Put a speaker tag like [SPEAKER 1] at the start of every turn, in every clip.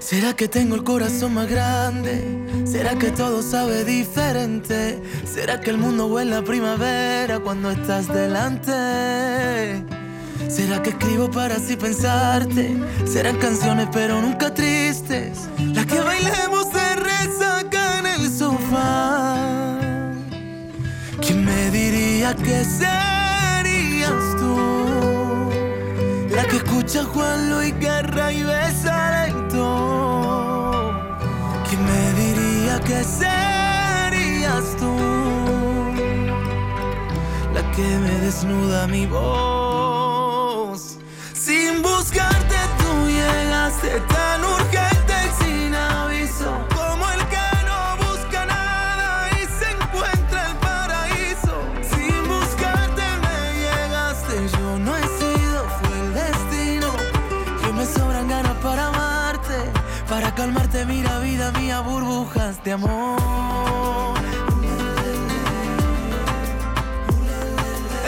[SPEAKER 1] ¿Será que tengo el corazón más grande? ¿Será que todo sabe diferente? ¿Será que el mundo huele a primavera cuando estás delante? ¿Será que escribo para así pensarte? Serán canciones pero nunca tristes. Las que bailemos se resaca en el sofá. ¿Quién me diría que serías tú? La que escucha Juan Luis Guerra y besa lento. ¿Quién me diría que serías tú? La que me desnuda mi voz. Sin buscarte tú llegaste tan urgente y sin aviso. Como el que no busca nada y se encuentra el paraíso. Sin buscarte me llegaste, yo no he sido, fue el destino. Que me sobran ganas para amarte, para calmarte, mira vida mía, burbujas de amor.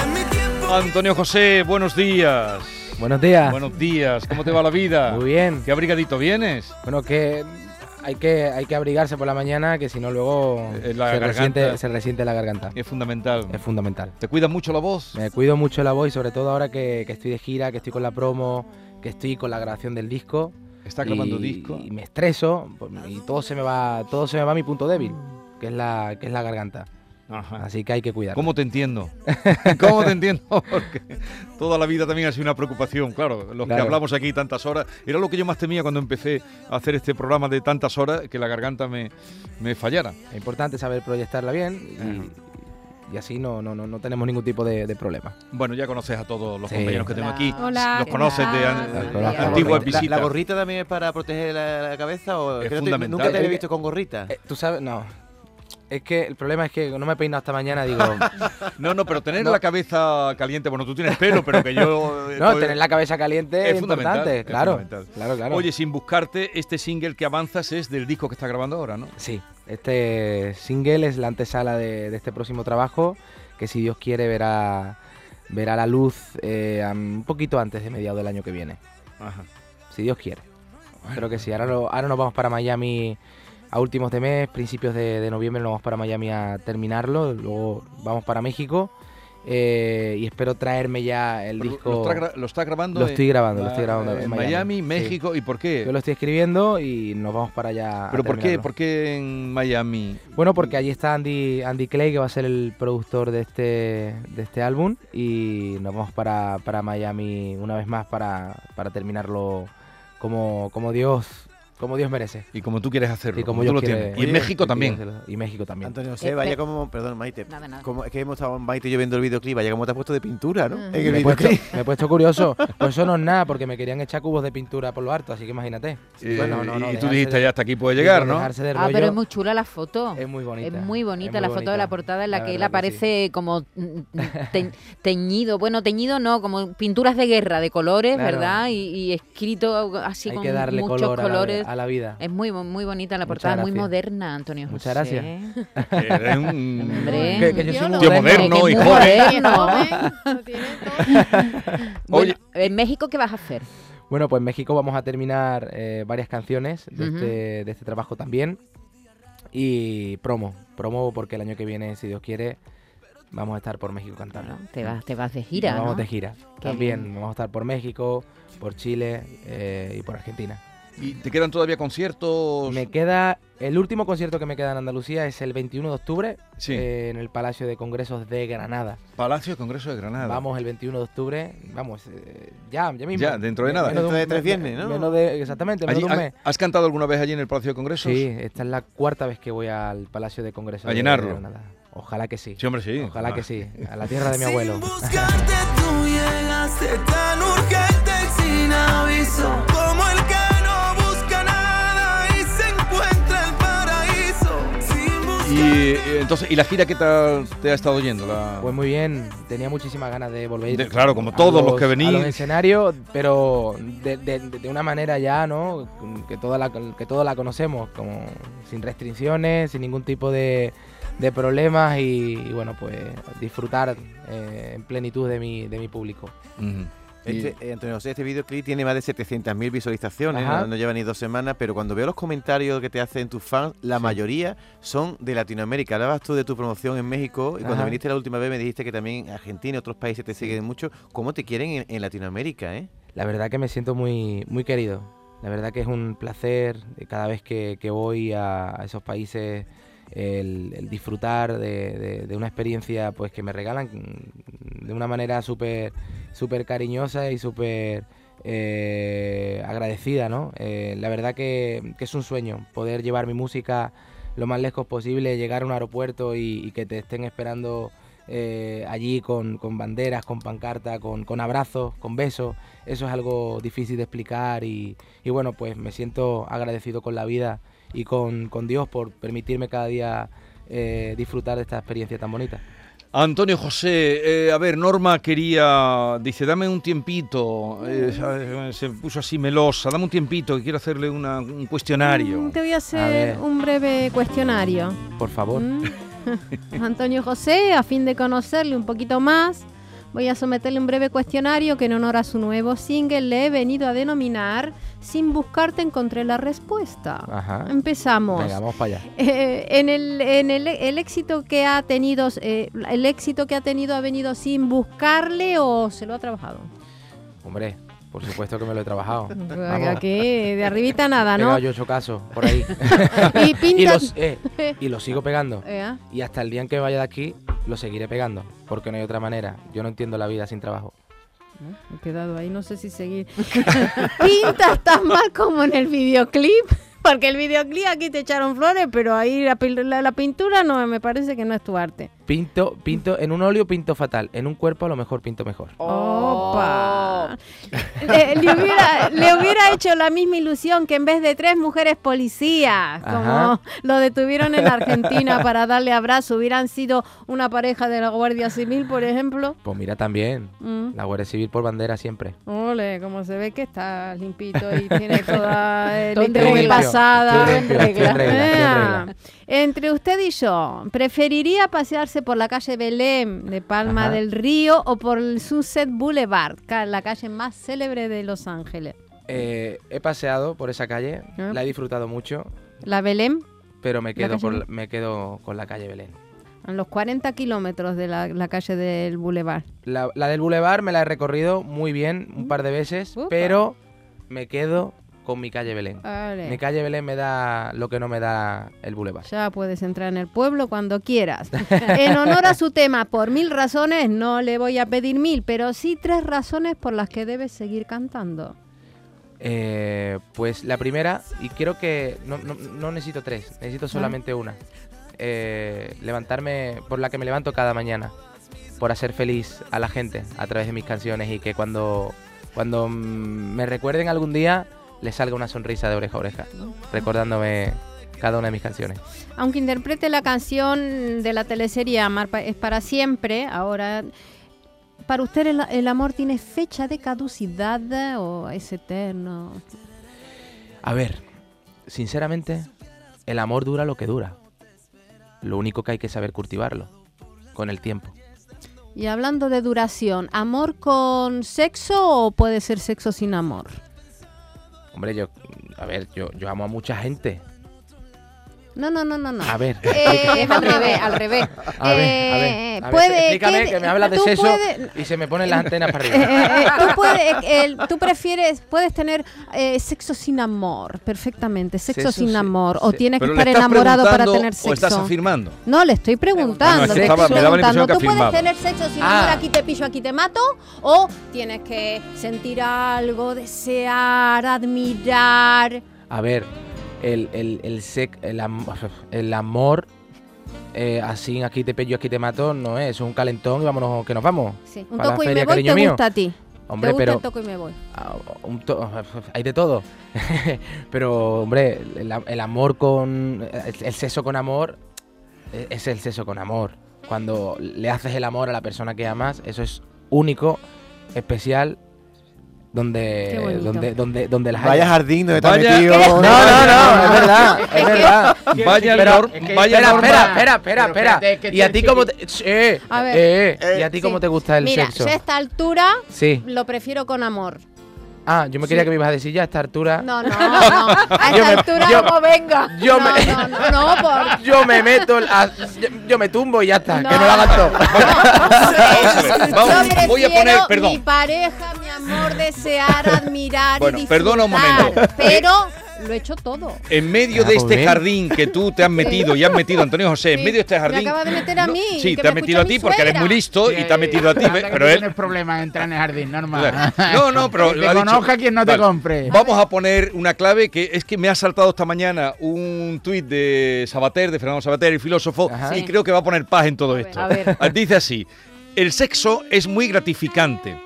[SPEAKER 1] En mi tiempo
[SPEAKER 2] Antonio José, buenos días.
[SPEAKER 3] Buenos días. Bueno,
[SPEAKER 2] Buenos días, ¿cómo te va la vida?
[SPEAKER 3] Ah. Muy bien.
[SPEAKER 2] ¿Qué abrigadito vienes?
[SPEAKER 3] que hay que hay que abrigarse por la mañana, que si no luego
[SPEAKER 2] Eh, la
[SPEAKER 3] se,
[SPEAKER 2] garganta.
[SPEAKER 3] resiente, se resiente la garganta.
[SPEAKER 2] Es fundamental.
[SPEAKER 3] Es fundamental.
[SPEAKER 2] ¿Te cuida mucho la voz?
[SPEAKER 3] Me cuido mucho la voz y sobre todo ahora que, que estoy de gira, que estoy con la promo, que estoy con la grabación del disco.
[SPEAKER 2] ¿Está grabando
[SPEAKER 3] y-
[SPEAKER 2] disco?
[SPEAKER 3] Y me estreso pues, y todo se me va, todo se me va a mi punto débil, que es la, que es la garganta.
[SPEAKER 2] Ajá.
[SPEAKER 3] Así que hay que cuidar.
[SPEAKER 2] Ah. ¿Cómo te entiendo? ¿Cómo te entiendo? Porque toda la vida también ha sido una preocupación, claro. Los que
[SPEAKER 3] Claro.
[SPEAKER 2] hablamos aquí tantas horas. Era lo que yo más temía cuando empecé a hacer este programa de tantas horas, que la garganta me, me fallara.
[SPEAKER 3] Es importante saber proyectarla bien
[SPEAKER 2] Ah.
[SPEAKER 3] y, y así no, no, no, no tenemos ningún tipo de, de problema.
[SPEAKER 2] Bueno, ya conoces a todos los
[SPEAKER 3] Sí.
[SPEAKER 2] compañeros que tengo
[SPEAKER 4] Hola.
[SPEAKER 2] aquí.
[SPEAKER 5] Hola,
[SPEAKER 2] los
[SPEAKER 5] ¿qué
[SPEAKER 2] conoces de
[SPEAKER 6] Ah,
[SPEAKER 5] tal?
[SPEAKER 2] an-
[SPEAKER 3] Hola.
[SPEAKER 2] antiguas
[SPEAKER 3] La-
[SPEAKER 6] La,
[SPEAKER 2] visitas.
[SPEAKER 6] la gorrita también es para proteger la, la cabeza o
[SPEAKER 2] Es
[SPEAKER 6] que no te-
[SPEAKER 2] fundamental.
[SPEAKER 6] nunca te había visto con gorrita.
[SPEAKER 3] Eh, Tú sabes, no. Es que el problema es que no me he peinado hasta mañana, digo.
[SPEAKER 2] No, no, pero tener
[SPEAKER 3] No.
[SPEAKER 2] la cabeza caliente, bueno, tú tienes pelo, pero que yo... eh,
[SPEAKER 3] No,
[SPEAKER 2] estoy-
[SPEAKER 3] tener la cabeza caliente
[SPEAKER 2] Es
[SPEAKER 3] es,
[SPEAKER 2] fundamental,
[SPEAKER 3] importante,
[SPEAKER 2] es
[SPEAKER 3] claro,
[SPEAKER 2] fundamental.
[SPEAKER 3] claro, claro.
[SPEAKER 2] Oye, sin buscarte, este single que avanzas es del disco que está grabando ahora, ¿no?
[SPEAKER 3] sí, este single es la antesala de, de este próximo trabajo que si Dios quiere verá, verá la luz eh, a- un poquito antes de mediados del año que viene,
[SPEAKER 2] Ajá.
[SPEAKER 3] si Dios quiere. Creo que sí, ahora, lo- ahora nos vamos para Miami a últimos de mes, principios de, de noviembre nos vamos para Miami a terminarlo, luego vamos para México eh, y espero traerme ya el
[SPEAKER 2] Pero
[SPEAKER 3] disco...
[SPEAKER 2] Lo, está gra- lo está grabando.
[SPEAKER 3] Lo
[SPEAKER 2] en-
[SPEAKER 3] estoy grabando, lo
[SPEAKER 2] Ma-
[SPEAKER 3] estoy grabando
[SPEAKER 2] En
[SPEAKER 3] en
[SPEAKER 2] Miami,
[SPEAKER 3] Miami, sí.
[SPEAKER 2] México. ¿Y por
[SPEAKER 3] Yo
[SPEAKER 2] qué?
[SPEAKER 3] lo estoy escribiendo y nos vamos para allá. a
[SPEAKER 2] ¿Pero por qué,
[SPEAKER 3] terminarlo.
[SPEAKER 2] por qué en Miami?
[SPEAKER 3] Bueno, porque allí está Andy, Andy Clay, que va a ser el productor de este, de este álbum. Y nos vamos para, para Miami una vez más para, para terminarlo como, como Dios como Dios merece.
[SPEAKER 2] Y como tú quieres hacerlo.
[SPEAKER 3] Y como
[SPEAKER 2] tú
[SPEAKER 3] yo
[SPEAKER 2] lo
[SPEAKER 3] quiere-
[SPEAKER 2] tienes. Y en
[SPEAKER 3] Oye,
[SPEAKER 2] México
[SPEAKER 3] y-
[SPEAKER 2] también.
[SPEAKER 3] Y México también.
[SPEAKER 6] Antonio
[SPEAKER 4] Eh,
[SPEAKER 6] José,
[SPEAKER 4] eh.
[SPEAKER 6] vaya como. Perdón, Maite.
[SPEAKER 4] Nada, nada.
[SPEAKER 6] Como, es que hemos estado en Maite y yo viendo el videoclip. Vaya como te has puesto de pintura, ¿no?
[SPEAKER 4] Ujú.
[SPEAKER 6] En
[SPEAKER 3] Me he,
[SPEAKER 6] el
[SPEAKER 3] puesto,
[SPEAKER 6] videoclip.
[SPEAKER 3] me he puesto curioso. Pues eso no es nada, porque me querían echar cubos de pintura por lo harto, así que imagínate.
[SPEAKER 2] Eh,
[SPEAKER 3] Bueno,
[SPEAKER 2] y
[SPEAKER 3] no, no,
[SPEAKER 2] tú
[SPEAKER 3] dejarse
[SPEAKER 2] dijiste,
[SPEAKER 3] de-
[SPEAKER 2] ya hasta aquí puede llegar, ¿no?
[SPEAKER 3] Dejarse del
[SPEAKER 4] Ah, pero
[SPEAKER 3] rollo
[SPEAKER 4] es muy chula la foto.
[SPEAKER 3] es muy bonita.
[SPEAKER 4] Es muy bonita
[SPEAKER 3] es
[SPEAKER 4] la
[SPEAKER 3] muy
[SPEAKER 4] foto de la
[SPEAKER 3] bonita.
[SPEAKER 4] portada en la, que él
[SPEAKER 3] verdad sí.
[SPEAKER 4] aparece como mm, te- teñido, bueno, teñido no, como pinturas de guerra, de colores,
[SPEAKER 3] Claro.
[SPEAKER 4] ¿verdad? Y, y escrito así
[SPEAKER 3] Hay
[SPEAKER 4] con
[SPEAKER 3] que darle
[SPEAKER 4] muchos
[SPEAKER 3] color a la-
[SPEAKER 4] colores.
[SPEAKER 3] A, la, vida.
[SPEAKER 4] Es muy mo- muy bonita la
[SPEAKER 3] Muchas
[SPEAKER 4] portada, muy
[SPEAKER 3] gracias.
[SPEAKER 4] moderna, Antonio.
[SPEAKER 3] Muchas
[SPEAKER 4] José.
[SPEAKER 3] gracias.
[SPEAKER 2] Eres un-
[SPEAKER 4] Hombre.
[SPEAKER 3] Que- que yo soy
[SPEAKER 5] Tío
[SPEAKER 2] Tío
[SPEAKER 3] moderno.
[SPEAKER 2] moderno
[SPEAKER 4] que
[SPEAKER 2] y
[SPEAKER 4] es muy
[SPEAKER 2] joven.
[SPEAKER 4] moderno.
[SPEAKER 5] Lo tiene todo.
[SPEAKER 4] Bueno,
[SPEAKER 2] Oye.
[SPEAKER 4] en México qué vas a hacer?
[SPEAKER 3] Bueno, pues en México vamos a terminar eh, varias canciones de,
[SPEAKER 4] Ujú.
[SPEAKER 3] este, de este trabajo también. Y promo, promo porque el año que viene, si Dios quiere, vamos a estar por México cantando.
[SPEAKER 4] Bueno, te vas te vas de gira,
[SPEAKER 3] Nos
[SPEAKER 4] ¿no?
[SPEAKER 3] vamos de gira.
[SPEAKER 4] Qué
[SPEAKER 3] también
[SPEAKER 4] bien.
[SPEAKER 3] vamos a estar por México, por Chile eh, y por Argentina.
[SPEAKER 2] ¿Y te quedan todavía conciertos?
[SPEAKER 3] Me queda, el último concierto que me queda en Andalucía es el 21 de octubre
[SPEAKER 2] Sí.
[SPEAKER 3] eh, en el Palacio de Congresos de Granada.
[SPEAKER 2] Palacio de Congreso de Granada.
[SPEAKER 3] Vamos el 21 de octubre, vamos, eh, ya, ya mismo.
[SPEAKER 2] Ya, dentro de nada.
[SPEAKER 3] Menos
[SPEAKER 6] Dentro de
[SPEAKER 3] un-
[SPEAKER 6] tres viernes, ¿no?
[SPEAKER 3] menos de- exactamente, menos
[SPEAKER 2] Allí-
[SPEAKER 3] de un mes.
[SPEAKER 2] ¿has, has cantado alguna vez allí en el Palacio de Congresos?
[SPEAKER 3] Sí, esta es la cuarta vez que voy al Palacio de Congresos.
[SPEAKER 2] A
[SPEAKER 3] de
[SPEAKER 2] llenarlo.
[SPEAKER 3] Granada. Ojalá que sí.
[SPEAKER 2] Sí, hombre, sí.
[SPEAKER 3] Ojalá
[SPEAKER 2] Ah.
[SPEAKER 3] que sí. A la tierra de mi abuelo.
[SPEAKER 1] Sin buscarte tú llegaste tan urgente y sin aviso. Como el que no busca nada y se encuentra el paraíso. Sin
[SPEAKER 2] Y
[SPEAKER 1] buscarte.
[SPEAKER 2] eh, entonces, ¿y la gira qué tal te ha estado yendo? La-
[SPEAKER 3] Pues muy bien, tenía muchísimas ganas de volver.
[SPEAKER 2] De- claro, como
[SPEAKER 3] a
[SPEAKER 2] todos los que venís.
[SPEAKER 3] A los escenarios, pero de, de- de una manera ya, ¿no? Que toda la, que toda la conocemos, como sin restricciones, sin ningún tipo de, de problemas y, y bueno, pues disfrutar eh, en plenitud de mi, de mi público.
[SPEAKER 2] Ujú.
[SPEAKER 6] Este, eh, Antonio José, este videoclip tiene más de 700.000 visualizaciones,
[SPEAKER 3] Ajá.
[SPEAKER 6] no, no lleva ni dos semanas, pero cuando veo los comentarios que te hacen tus fans, la mayoría son de Latinoamérica. Hablabas tú de tu promoción en México y cuando
[SPEAKER 3] Ajá.
[SPEAKER 6] viniste la última vez me dijiste que también en Argentina y otros países te siguen mucho. ¿Cómo te quieren en, en Latinoamérica, eh?
[SPEAKER 3] La verdad que me siento muy, muy querido. La verdad que es un placer eh, cada vez que, que voy a, a esos países el, el disfrutar de, de- de una experiencia pues que me regalan mm, de una manera súper súper cariñosa y súper eh, agradecida, ¿no? Eh, la verdad que, que es un sueño poder llevar mi música lo más lejos posible, llegar a un aeropuerto y, y que te estén esperando eh, allí con, con banderas, con pancarta, con, con abrazos, con besos. Eso es algo difícil de explicar y, y bueno, pues me siento agradecido con la vida y con, con Dios por permitirme cada día eh, disfrutar de esta experiencia tan bonita.
[SPEAKER 2] Antonio José, eh, a ver, Norma quería, dice, dame un tiempito, eh, ¿sabes? se puso así melosa, dame un tiempito, que quiero hacerle una- un cuestionario.
[SPEAKER 5] Mm, Te voy a hacer
[SPEAKER 3] ver.
[SPEAKER 5] un breve cuestionario.
[SPEAKER 3] Por favor.
[SPEAKER 5] Mm. Antonio José, a fin de conocerle un poquito más, voy a someterle un breve cuestionario que en honor a su nuevo single le he venido a denominar Sin buscarte encontré la respuesta.
[SPEAKER 3] Ajá.
[SPEAKER 5] Empezamos.
[SPEAKER 3] Venga, vamos para allá.
[SPEAKER 5] Eh, en el, en el, el éxito que ha tenido, eh, el éxito que ha tenido ha venido sin buscarle o se lo ha trabajado.
[SPEAKER 3] Hombre, por supuesto que me lo he trabajado. Vamos.
[SPEAKER 5] Aquí de arribita nada,
[SPEAKER 3] He
[SPEAKER 5] ¿no?
[SPEAKER 3] pegado yo ocho casos por ahí.
[SPEAKER 5] Y
[SPEAKER 3] y,
[SPEAKER 5] pinta.
[SPEAKER 3] los, eh, y los sigo pegando.
[SPEAKER 5] Eh,
[SPEAKER 3] Y hasta el día en que me vaya de aquí, lo seguiré pegando. Porque no hay otra manera. Yo no entiendo la vida sin trabajo.
[SPEAKER 5] Me he quedado ahí, no sé si seguir. Pintas tan mal como en el videoclip, porque el videoclip aquí te echaron flores, pero ahí la, pil- la- la pintura no, me parece que no es tu arte.
[SPEAKER 3] Pinto, pinto, en un óleo pinto fatal. En un cuerpo a lo mejor pinto mejor. Oh.
[SPEAKER 5] ¡Opa! Le, le hubiera, le hubiera hecho la misma ilusión que en vez de tres mujeres policías, como
[SPEAKER 3] Ajá.
[SPEAKER 5] lo detuvieron en Argentina para darle abrazo, hubieran sido una pareja de la Guardia Civil, por ejemplo.
[SPEAKER 3] Pues mira también.
[SPEAKER 5] Mm.
[SPEAKER 3] La Guardia Civil por bandera siempre.
[SPEAKER 5] Ole, como se ve que está limpito y tiene toda eh,
[SPEAKER 4] Todo
[SPEAKER 5] la
[SPEAKER 4] en
[SPEAKER 5] internet
[SPEAKER 4] regla.
[SPEAKER 5] pasada.
[SPEAKER 3] Todo en regla, todo en regla, todo en
[SPEAKER 5] Vea, Entre usted y yo, ¿preferiría pasearse por la calle Belén de Palma
[SPEAKER 3] Ajá.
[SPEAKER 5] del Río o por el Sunset Boulevard, ca- la calle más célebre de Los Ángeles?
[SPEAKER 3] Eh, he paseado por esa calle,
[SPEAKER 5] Ah.
[SPEAKER 3] la he disfrutado mucho,
[SPEAKER 5] La Belén,
[SPEAKER 3] pero me quedo,
[SPEAKER 5] calle
[SPEAKER 3] por,
[SPEAKER 5] Belén.
[SPEAKER 3] la- me quedo con la calle Belén.
[SPEAKER 5] a los 40 kilómetros de la, la calle del Boulevard.
[SPEAKER 3] La, la del Boulevard me la he recorrido muy bien un par de veces,
[SPEAKER 5] Upa. Ah,
[SPEAKER 3] pero me quedo con mi calle Belén.
[SPEAKER 5] Ole.
[SPEAKER 3] Mi calle Belén me da lo que no me da el Boulevard.
[SPEAKER 5] Ya puedes entrar en el pueblo cuando quieras. En honor a su tema, por mil razones, no le voy a pedir mil, pero sí tres razones por las que debes seguir cantando.
[SPEAKER 3] Eh, pues la primera, y creo que no, no- no necesito tres, necesito solamente una. Eh, levantarme, por la que me levanto cada mañana, por hacer feliz a la gente a través de mis canciones y que cuando, cuando mm, me recuerden algún día, les salga una sonrisa de oreja a oreja, recordándome cada una de mis canciones.
[SPEAKER 5] Aunque interprete la canción de la teleserie Amar pa- es para siempre, ahora, ¿para usted el, el amor tiene fecha de caducidad o es eterno?
[SPEAKER 3] A ver, sinceramente, el amor dura lo que dura. Lo único que hay que saber cultivarlo, con el tiempo.
[SPEAKER 5] Y hablando de duración, ¿amor con sexo o puede ser sexo sin amor?
[SPEAKER 3] Hombre, yo, a ver, yo, yo amo a mucha gente.
[SPEAKER 5] No, no, no, no, no.
[SPEAKER 3] A ver,
[SPEAKER 5] Eh,
[SPEAKER 4] Es al
[SPEAKER 5] vamos a ver.
[SPEAKER 4] revés, al revés.
[SPEAKER 3] a ver, a
[SPEAKER 5] eh,
[SPEAKER 3] ver, a ver,
[SPEAKER 5] puede
[SPEAKER 3] explícame
[SPEAKER 5] que-
[SPEAKER 3] que, me hablas de
[SPEAKER 5] tú
[SPEAKER 3] sexo
[SPEAKER 5] puedes-
[SPEAKER 3] y se me ponen las antenas para
[SPEAKER 5] Eh,
[SPEAKER 3] arriba.
[SPEAKER 5] eh, eh, tú, puedes, eh, el- tú prefieres, puedes tener eh, sexo sin amor, perfectamente, sexo
[SPEAKER 3] Sexo
[SPEAKER 5] sin
[SPEAKER 3] sin-
[SPEAKER 5] amor, o
[SPEAKER 3] se-
[SPEAKER 5] tienes que
[SPEAKER 2] Pero le
[SPEAKER 5] estar
[SPEAKER 2] estás
[SPEAKER 5] enamorado para
[SPEAKER 2] preguntando
[SPEAKER 5] tener
[SPEAKER 2] o estás
[SPEAKER 5] sexo.
[SPEAKER 2] afirmando.
[SPEAKER 5] No, le estoy preguntando,
[SPEAKER 2] No, es que
[SPEAKER 5] le
[SPEAKER 2] estaba-
[SPEAKER 5] estoy
[SPEAKER 2] me daba la impresión
[SPEAKER 5] preguntando.
[SPEAKER 2] que
[SPEAKER 5] Tú puedes
[SPEAKER 2] afirmaba.
[SPEAKER 5] tener sexo sin
[SPEAKER 3] Ah.
[SPEAKER 5] amor, aquí te pillo, aquí te mato, o tienes que sentir algo, desear, admirar.
[SPEAKER 3] A ver, el, el, el, sec- el, am- el amor, eh, así aquí te pello, aquí te mato, no es, es un calentón y vámonos, que nos vamos.
[SPEAKER 5] Sí, un
[SPEAKER 3] Para la
[SPEAKER 5] toco y me
[SPEAKER 3] feria,
[SPEAKER 5] voy,
[SPEAKER 3] cariño
[SPEAKER 5] te
[SPEAKER 3] mío.
[SPEAKER 5] gusta a ti.
[SPEAKER 3] Hombre,
[SPEAKER 5] te gusta
[SPEAKER 3] pero
[SPEAKER 5] el toco y me voy.
[SPEAKER 3] Ah, un to- hay de todo. Pero, hombre, el, am- el amor con. El, el sexo con amor eh, es el sexo con amor. Cuando le haces el amor a la persona que amas, eso es único, especial, donde.
[SPEAKER 5] Qué bonito.
[SPEAKER 3] donde, donde, donde las
[SPEAKER 6] Vaya
[SPEAKER 3] hayas.
[SPEAKER 6] jardín donde te has
[SPEAKER 2] Vaya-
[SPEAKER 6] metido.
[SPEAKER 3] No, no, no, es verdad, es verdad.
[SPEAKER 2] Vaya
[SPEAKER 3] Pero-
[SPEAKER 2] norm- vaya
[SPEAKER 3] espera,
[SPEAKER 2] norma.
[SPEAKER 3] espera, espera, espera,
[SPEAKER 7] Pero
[SPEAKER 3] espera.
[SPEAKER 7] espérate, es que
[SPEAKER 3] ¿Y a
[SPEAKER 7] estoy
[SPEAKER 3] ti cómo te, eh,
[SPEAKER 5] A ver.
[SPEAKER 3] eh, eh, ¿Y a ti
[SPEAKER 5] Sí.
[SPEAKER 3] cómo te gusta el
[SPEAKER 5] Mira,
[SPEAKER 3] sexo?
[SPEAKER 5] yo a esta altura
[SPEAKER 3] Sí.
[SPEAKER 5] lo prefiero con amor.
[SPEAKER 3] Ah, yo me quería que me ibas a decir ya a esta altura.
[SPEAKER 5] No, no, no. A
[SPEAKER 3] Yo
[SPEAKER 5] esta
[SPEAKER 3] me-
[SPEAKER 5] altura
[SPEAKER 3] yo-
[SPEAKER 5] como venga.
[SPEAKER 3] yo
[SPEAKER 5] no,
[SPEAKER 3] me-
[SPEAKER 5] no, no, no, por...
[SPEAKER 3] Yo me meto, el- a- yo, yo me tumbo y ya está, que me lo hagan todo.
[SPEAKER 2] Vamos a ver, vamos,
[SPEAKER 5] Yo
[SPEAKER 2] voy a poner,
[SPEAKER 5] prefiero Mi
[SPEAKER 2] perdón.
[SPEAKER 5] pareja, mi amor, desear, admirar
[SPEAKER 2] Bueno,
[SPEAKER 5] y disfrutar.
[SPEAKER 2] perdona un momento.
[SPEAKER 5] Pero lo he hecho todo.
[SPEAKER 2] En medio
[SPEAKER 3] Ah,
[SPEAKER 2] de
[SPEAKER 3] pues
[SPEAKER 2] este
[SPEAKER 3] bien.
[SPEAKER 2] jardín que tú te has metido y has metido Antonio José, en
[SPEAKER 5] Sí,
[SPEAKER 2] medio de este
[SPEAKER 5] me
[SPEAKER 2] jardín.
[SPEAKER 5] acaba de meter a mí,
[SPEAKER 2] Sí,
[SPEAKER 5] que
[SPEAKER 2] te ha
[SPEAKER 5] me
[SPEAKER 2] metido a
[SPEAKER 5] escucha
[SPEAKER 2] ti
[SPEAKER 5] mi
[SPEAKER 2] porque eres muy
[SPEAKER 5] suegra.
[SPEAKER 2] listo y te ha metido a ti,
[SPEAKER 7] Anda
[SPEAKER 2] ¿ves?
[SPEAKER 7] que
[SPEAKER 2] pero
[SPEAKER 7] tú
[SPEAKER 2] él.
[SPEAKER 7] Tienes problemas en entrar en el jardín, normal.
[SPEAKER 2] Claro. No, no, pero
[SPEAKER 7] Que
[SPEAKER 2] lo
[SPEAKER 7] te
[SPEAKER 2] ha dicho.
[SPEAKER 7] conozca quien no te
[SPEAKER 2] Vale.
[SPEAKER 7] compre.
[SPEAKER 2] Vamos a poner una clave que es que me ha saltado esta mañana un tuit de Sabater, de Fernando Sabater, el filósofo,
[SPEAKER 3] Ajá.
[SPEAKER 2] y
[SPEAKER 4] Sí.
[SPEAKER 2] creo que va a poner paz en todo
[SPEAKER 4] A ver,
[SPEAKER 2] esto.
[SPEAKER 4] a ver.
[SPEAKER 2] Ah, Dice así, el sexo es muy gratificante,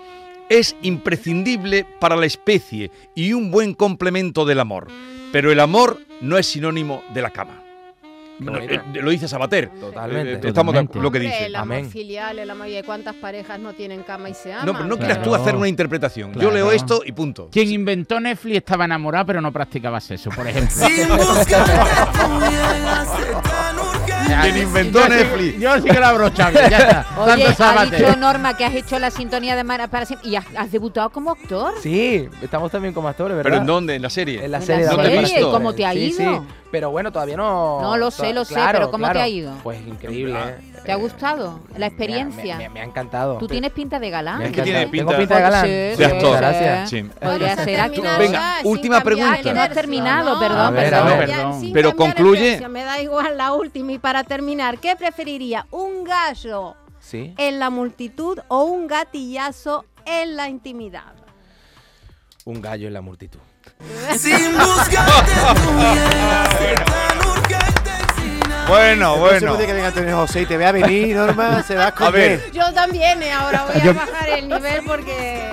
[SPEAKER 2] es imprescindible para la especie y un buen complemento del amor, pero el amor no es sinónimo de la cama. Bueno,
[SPEAKER 3] bonito.
[SPEAKER 2] eh, lo dice Sabater.
[SPEAKER 3] Totalmente.
[SPEAKER 2] Eh, estamos de acu-
[SPEAKER 3] totalmente.
[SPEAKER 2] lo que
[SPEAKER 5] Hombre,
[SPEAKER 2] dice.
[SPEAKER 5] El amor
[SPEAKER 3] Amén.
[SPEAKER 5] filial, el amor y cuántas parejas no tienen cama y se aman.
[SPEAKER 2] No, pero no quieras tú
[SPEAKER 7] Claro.
[SPEAKER 2] hacer una interpretación. Yo
[SPEAKER 7] Claro.
[SPEAKER 2] leo esto y punto.
[SPEAKER 7] Quien inventó Netflix estaba enamorado, pero no practicaba sexo, por ejemplo.
[SPEAKER 1] Sin buscar que tú llegaste tan urgente.
[SPEAKER 7] Ya,
[SPEAKER 2] ¿Quién
[SPEAKER 7] yo-
[SPEAKER 2] inventó
[SPEAKER 7] yo sí-
[SPEAKER 2] Netflix?
[SPEAKER 7] yo sí que lo abro, Xavi, ya está.
[SPEAKER 4] Oye,
[SPEAKER 7] Tanto
[SPEAKER 4] ha
[SPEAKER 7] sábate.
[SPEAKER 4] dicho Norma que has hecho la sintonía de Mara para siempre y has, has debutado como actor.
[SPEAKER 3] Sí, estamos también como actores, ¿verdad?
[SPEAKER 2] ¿Pero en dónde? ¿En la serie?
[SPEAKER 3] En la
[SPEAKER 4] ¿En la
[SPEAKER 3] serie. de
[SPEAKER 2] serie?
[SPEAKER 3] Amor y
[SPEAKER 2] ¿Y
[SPEAKER 3] Pasión.
[SPEAKER 4] cómo te ha
[SPEAKER 3] Sí, sí.
[SPEAKER 4] ido?
[SPEAKER 3] Pero bueno, todavía no...
[SPEAKER 4] No, lo
[SPEAKER 3] to-
[SPEAKER 4] sé, lo sé, pero ¿cómo te ha ido?
[SPEAKER 3] Pues increíble, ¿eh?
[SPEAKER 4] ¿Te ha gustado la
[SPEAKER 3] Me ha-
[SPEAKER 4] experiencia?
[SPEAKER 3] Me, me- me ha encantado.
[SPEAKER 4] Tú tienes pinta de galán.
[SPEAKER 3] Me ha
[SPEAKER 2] ¿Qué tiene
[SPEAKER 3] encantado.
[SPEAKER 2] pinta?
[SPEAKER 3] Tengo pinta de galán.
[SPEAKER 4] Sí,
[SPEAKER 2] De
[SPEAKER 4] sí,
[SPEAKER 2] actor.
[SPEAKER 4] sí.
[SPEAKER 3] Gracias.
[SPEAKER 2] Sí.
[SPEAKER 5] Vamos
[SPEAKER 4] Podría
[SPEAKER 5] a
[SPEAKER 4] ser actor.
[SPEAKER 5] Eh, terminar
[SPEAKER 2] Venga,
[SPEAKER 5] ya, sin
[SPEAKER 2] última
[SPEAKER 5] cambiar
[SPEAKER 2] pregunta.
[SPEAKER 5] el
[SPEAKER 2] Que
[SPEAKER 4] no has
[SPEAKER 5] tercio,
[SPEAKER 4] terminado,
[SPEAKER 5] no.
[SPEAKER 4] perdón,
[SPEAKER 3] A ver, a
[SPEAKER 5] perdón.
[SPEAKER 3] ver.
[SPEAKER 5] Ya, sin
[SPEAKER 2] Pero
[SPEAKER 5] cambiar el
[SPEAKER 2] concluye-
[SPEAKER 5] tercio, Me da igual la última y para terminar, ¿qué preferiría? ¿Un gallo
[SPEAKER 3] Sí.
[SPEAKER 5] en la multitud o un gatillazo en la intimidad?
[SPEAKER 3] Un gallo en la multitud.
[SPEAKER 1] Sin buscarte tú llegaste tan urgente. Sin
[SPEAKER 2] Bueno,
[SPEAKER 6] No se puede que venga Antonio José y te vea venir, Norma, se va a esconder.
[SPEAKER 2] ver.
[SPEAKER 5] Yo también, eh, ahora voy a
[SPEAKER 7] Yo-
[SPEAKER 5] bajar el nivel porque...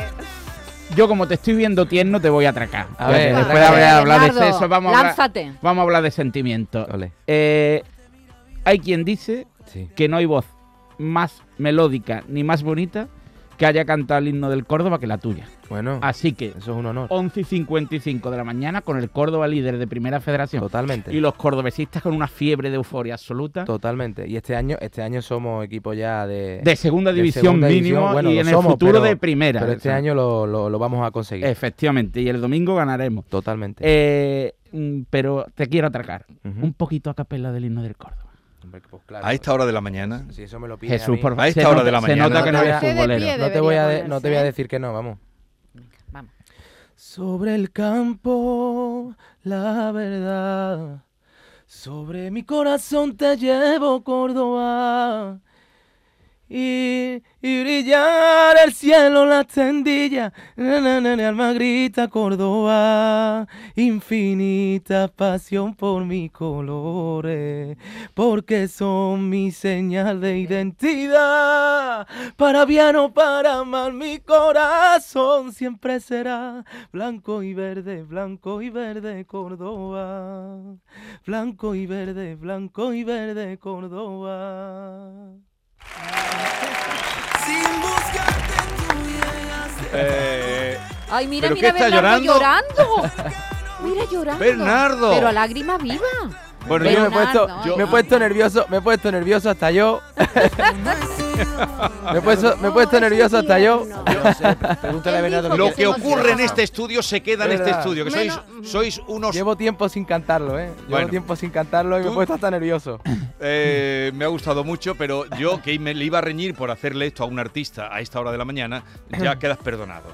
[SPEAKER 7] Yo, como te estoy viendo tierno, te voy a atracar.
[SPEAKER 3] A
[SPEAKER 7] Ya
[SPEAKER 3] ver,
[SPEAKER 7] te-
[SPEAKER 3] atraca.
[SPEAKER 7] después de haber hablado de
[SPEAKER 4] Leonardo,
[SPEAKER 7] sexo, vamos a hablar,
[SPEAKER 4] lánzate.
[SPEAKER 7] vamos a hablar de sentimientos.
[SPEAKER 3] Ole.
[SPEAKER 7] Eh, hay quien dice
[SPEAKER 3] Sí.
[SPEAKER 7] que no hay voz más melódica ni más bonita que haya cantado el himno del Córdoba que la tuya.
[SPEAKER 3] Bueno,
[SPEAKER 7] Así que
[SPEAKER 3] eso es un honor.
[SPEAKER 7] 11 y 55 de la mañana con el Córdoba líder de Primera Federación
[SPEAKER 3] Totalmente.
[SPEAKER 7] y los cordobesistas con una fiebre de euforia absoluta
[SPEAKER 3] Totalmente. Y este año, este año somos equipo ya de,
[SPEAKER 7] de segunda
[SPEAKER 3] de
[SPEAKER 7] división
[SPEAKER 3] segunda
[SPEAKER 7] mínimo
[SPEAKER 3] división. Bueno,
[SPEAKER 7] y
[SPEAKER 3] lo
[SPEAKER 7] en
[SPEAKER 3] somos,
[SPEAKER 7] el futuro
[SPEAKER 3] pero-
[SPEAKER 7] de primera.
[SPEAKER 3] Pero este
[SPEAKER 7] O sea,
[SPEAKER 3] año lo, lo- lo vamos a conseguir.
[SPEAKER 7] Efectivamente, y el domingo ganaremos.
[SPEAKER 3] Totalmente.
[SPEAKER 7] Eh, mm, pero te quiero atracar
[SPEAKER 3] Ujú.
[SPEAKER 7] un poquito a capela del himno del Córdoba.
[SPEAKER 3] Hombre, pues claro, pues,
[SPEAKER 2] A esta hora de la mañana.
[SPEAKER 3] si eso me lo pides a
[SPEAKER 7] Jesús,
[SPEAKER 3] mí,
[SPEAKER 7] por
[SPEAKER 2] A
[SPEAKER 7] favor.
[SPEAKER 2] esta
[SPEAKER 7] se
[SPEAKER 2] hora
[SPEAKER 7] nota-
[SPEAKER 2] de la
[SPEAKER 7] Se
[SPEAKER 2] mañana.
[SPEAKER 7] nota que no eres
[SPEAKER 5] Esté de
[SPEAKER 7] futbolero.
[SPEAKER 5] pie,
[SPEAKER 3] no te voy a de-
[SPEAKER 5] debería
[SPEAKER 3] no te voy a
[SPEAKER 5] ponerse.
[SPEAKER 3] decir que no, vamos.
[SPEAKER 4] Vamos.
[SPEAKER 3] Sobre el campo, la verdad. Sobre mi corazón te llevo, Córdoba. Y, y brillar el cielo, las tendillas. Na, na, na, na, alma grita, Córdoba. Infinita pasión por mis colores. Porque son mi señal de identidad. Para bien o para mal, mi corazón siempre será blanco y verde, blanco y verde, Córdoba. Blanco y verde, blanco y verde, Córdoba.
[SPEAKER 1] sin buscarte tú llegaste.
[SPEAKER 2] Eh,
[SPEAKER 4] Ay, mira,
[SPEAKER 2] ¿Pero
[SPEAKER 4] mira,
[SPEAKER 2] qué está
[SPEAKER 4] Bernardo llorando. Mira llorando.
[SPEAKER 2] Bernardo.
[SPEAKER 4] Pero a lágrima viva.
[SPEAKER 2] bueno,
[SPEAKER 3] Yo
[SPEAKER 2] yo,
[SPEAKER 3] me he puesto,
[SPEAKER 4] Leonardo,
[SPEAKER 3] me he puesto nervioso, me he puesto nervioso hasta yo. me, he puesto, me he puesto
[SPEAKER 5] No, es
[SPEAKER 3] nervioso hasta yo.
[SPEAKER 5] tierno.
[SPEAKER 6] Pregúntale a
[SPEAKER 5] Él
[SPEAKER 6] Bernardo.
[SPEAKER 5] dijo
[SPEAKER 2] lo que
[SPEAKER 5] hacemos
[SPEAKER 2] ocurre en
[SPEAKER 5] trabajo.
[SPEAKER 2] este estudio se queda en
[SPEAKER 3] Es
[SPEAKER 2] este
[SPEAKER 3] verdad. mm,
[SPEAKER 2] estudio. Que sois, sois unos.
[SPEAKER 3] Llevo tiempo sin cantarlo, ¿eh? Llevo
[SPEAKER 2] Bueno.
[SPEAKER 3] tiempo sin cantarlo y me he
[SPEAKER 2] Tú-
[SPEAKER 3] puesto hasta nervioso.
[SPEAKER 2] eh, me ha gustado mucho, pero yo que me le iba a reñir por hacerle esto a un artista a esta hora de la mañana, ya quedas perdonado.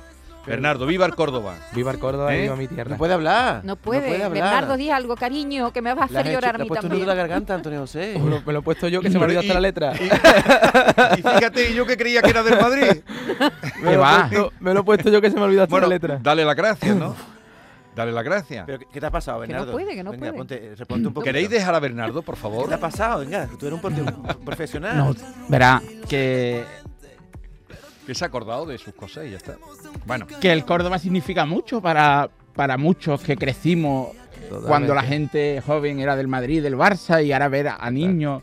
[SPEAKER 2] Bernardo, viva el Córdoba.
[SPEAKER 3] Viva el Córdoba
[SPEAKER 2] ¿Eh?
[SPEAKER 3] y viva mi tierra.
[SPEAKER 6] No puede hablar.
[SPEAKER 4] No puede.
[SPEAKER 6] hablar.
[SPEAKER 4] Bernardo, di algo, cariño, que me vas a
[SPEAKER 6] Le has
[SPEAKER 4] hacer
[SPEAKER 6] hecho-
[SPEAKER 4] llorar a
[SPEAKER 6] le has
[SPEAKER 4] mí
[SPEAKER 6] puesto un nudo
[SPEAKER 4] también.
[SPEAKER 6] en la garganta, Antonio José.
[SPEAKER 3] Me lo- me lo he puesto yo que se me
[SPEAKER 2] Pero
[SPEAKER 3] olvidó
[SPEAKER 2] y-
[SPEAKER 3] hasta la letra.
[SPEAKER 2] Y fíjate, yo que creía que era del Madrid.
[SPEAKER 3] Me lo, he
[SPEAKER 7] va.
[SPEAKER 3] puesto- me lo he puesto yo que se me olvidó hasta
[SPEAKER 2] Bueno,
[SPEAKER 3] la letra.
[SPEAKER 2] dale las gracias, ¿no? Dale las gracias.
[SPEAKER 6] ¿Pero qué- qué te ha pasado,
[SPEAKER 4] Que no
[SPEAKER 6] Bernardo?
[SPEAKER 4] puede, que no
[SPEAKER 6] Venga,
[SPEAKER 4] puede.
[SPEAKER 6] Ponte, reponte un poco.
[SPEAKER 2] ¿Queréis dejar a Bernardo, por
[SPEAKER 6] ¿Qué te ha
[SPEAKER 2] favor?
[SPEAKER 6] pasado? Venga, tú eres un, porte- un profesional.
[SPEAKER 7] No, verá, que,
[SPEAKER 2] Que se ha acordado de sus cosas y ya está. Bueno,
[SPEAKER 7] que el Córdoba significa mucho para, para muchos que crecimos cuando la gente joven era del Madrid, del Barça, y ahora ver a, a niños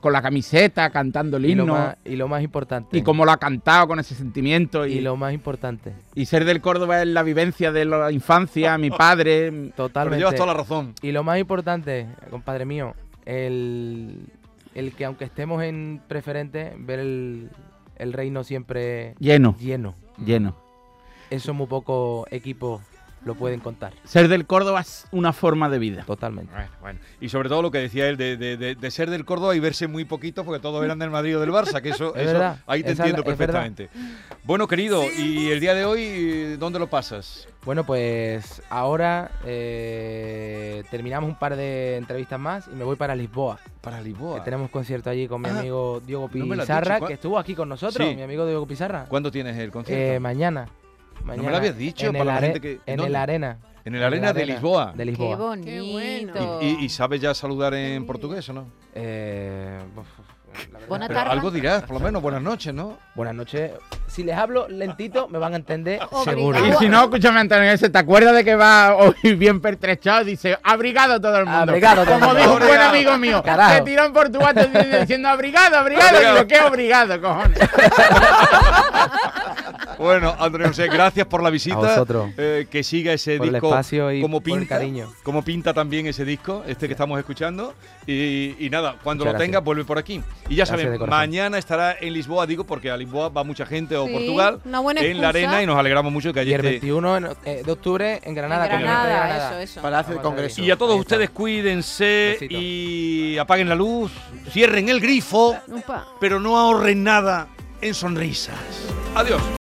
[SPEAKER 7] con la camiseta, cantando el
[SPEAKER 3] Y lo,
[SPEAKER 7] himno.
[SPEAKER 3] más, y lo más importante.
[SPEAKER 7] Y cómo lo ha cantado con ese sentimiento. Y,
[SPEAKER 3] y lo más importante.
[SPEAKER 7] y ser del Córdoba es la vivencia de la infancia, mi padre.
[SPEAKER 2] Pero
[SPEAKER 3] Totalmente.
[SPEAKER 2] llevas toda la razón.
[SPEAKER 3] Y lo más importante, compadre mío, el, el que aunque estemos en preferente, ver el, el reino siempre
[SPEAKER 7] Lleno,
[SPEAKER 3] lleno.
[SPEAKER 7] lleno.
[SPEAKER 3] Eso muy pocos equipos lo pueden contar.
[SPEAKER 7] Ser del Córdoba es una forma de vida.
[SPEAKER 3] Totalmente.
[SPEAKER 2] Bueno, Eh, bueno. Y sobre todo lo que decía él de, de- de- de ser del Córdoba y verse muy poquito porque todos eran del Madrid o del Barça, que eso,
[SPEAKER 3] Es
[SPEAKER 2] eso-
[SPEAKER 3] verdad,
[SPEAKER 2] ahí te
[SPEAKER 3] esa
[SPEAKER 2] entiendo
[SPEAKER 3] es la- es verdad.
[SPEAKER 2] perfectamente. Bueno, querido, y el día de hoy, eh, ¿dónde lo pasas?
[SPEAKER 3] Bueno, pues ahora eh, terminamos un par de entrevistas más y me voy para Lisboa.
[SPEAKER 2] Para
[SPEAKER 3] que
[SPEAKER 2] Lisboa.
[SPEAKER 3] tenemos concierto allí con mi
[SPEAKER 2] Ah,
[SPEAKER 3] amigo Diego
[SPEAKER 2] no me lo has
[SPEAKER 3] Pizarra,
[SPEAKER 2] dicho, ¿cuá-
[SPEAKER 3] que estuvo aquí con nosotros,
[SPEAKER 2] Sí.
[SPEAKER 3] mi amigo Diego Pizarra.
[SPEAKER 2] ¿Cuándo tienes el
[SPEAKER 3] Eh,
[SPEAKER 2] concierto?
[SPEAKER 3] mañana.
[SPEAKER 2] me
[SPEAKER 3] mañana
[SPEAKER 2] lo habías dicho,
[SPEAKER 3] en
[SPEAKER 2] para
[SPEAKER 3] el
[SPEAKER 2] la
[SPEAKER 3] are-
[SPEAKER 2] gente que- ¿en
[SPEAKER 3] En el
[SPEAKER 2] dónde?
[SPEAKER 3] Arena.
[SPEAKER 2] en el Arena de Lisboa.
[SPEAKER 3] De
[SPEAKER 4] Qué
[SPEAKER 3] Lisboa.
[SPEAKER 4] bonito.
[SPEAKER 2] Y, y- y sabes ya saludar en portugués o no?
[SPEAKER 3] Eh, uf, la verdad.
[SPEAKER 4] Buena
[SPEAKER 2] Pero
[SPEAKER 4] tarde.
[SPEAKER 2] algo dirás, por lo menos buenas noches, ¿no?
[SPEAKER 3] Buenas noches. Si les hablo lentito, me van a entender seguro.
[SPEAKER 4] Obligado.
[SPEAKER 7] Y si no, escúchame, Antonio, ese te acuerdas de que va hoy bien pertrechado y dice, abrigado todo el mundo.
[SPEAKER 3] Abrigado todo el
[SPEAKER 7] Como
[SPEAKER 3] mundo.
[SPEAKER 7] dijo un buen
[SPEAKER 2] Abrigado.
[SPEAKER 7] amigo mío,
[SPEAKER 3] Carajo.
[SPEAKER 7] que tiró en Portugal diciendo, abrigado, abrigado.
[SPEAKER 2] Abrigado.
[SPEAKER 7] Digo, ¿qué obligado, cojones?
[SPEAKER 2] Bueno, Andrés José, gracias por la visita.
[SPEAKER 3] A vosotros.
[SPEAKER 2] Eh, que siga ese
[SPEAKER 3] Por el
[SPEAKER 2] disco.
[SPEAKER 3] espacio y
[SPEAKER 2] como
[SPEAKER 3] por el cariño.
[SPEAKER 2] Como pinta también ese disco, este que estamos escuchando. Y, y nada, cuando
[SPEAKER 3] Muchas
[SPEAKER 2] lo
[SPEAKER 3] gracias.
[SPEAKER 2] tengas, vuelve por aquí. Y ya
[SPEAKER 3] Gracias de
[SPEAKER 2] saben,
[SPEAKER 3] corazón.
[SPEAKER 2] mañana estará en Lisboa, digo, porque a Lisboa va mucha gente o
[SPEAKER 5] Sí,
[SPEAKER 2] Portugal.
[SPEAKER 5] una buena
[SPEAKER 2] en la
[SPEAKER 5] excusa.
[SPEAKER 2] arena y nos alegramos mucho que este-
[SPEAKER 3] Y
[SPEAKER 2] allí
[SPEAKER 3] el
[SPEAKER 2] esté.
[SPEAKER 3] 21 en- eh, de octubre en Granada.
[SPEAKER 4] Granada,
[SPEAKER 3] con el Rey de
[SPEAKER 4] eso, eso.
[SPEAKER 6] Palacio del
[SPEAKER 3] Vamos a ver.
[SPEAKER 6] Congreso.
[SPEAKER 2] Y a todos
[SPEAKER 3] Ahí está.
[SPEAKER 2] ustedes cuídense
[SPEAKER 3] Besito.
[SPEAKER 2] y apaguen la luz, cierren el grifo,
[SPEAKER 5] Upa.
[SPEAKER 2] pero no ahorren nada en sonrisas. Adiós.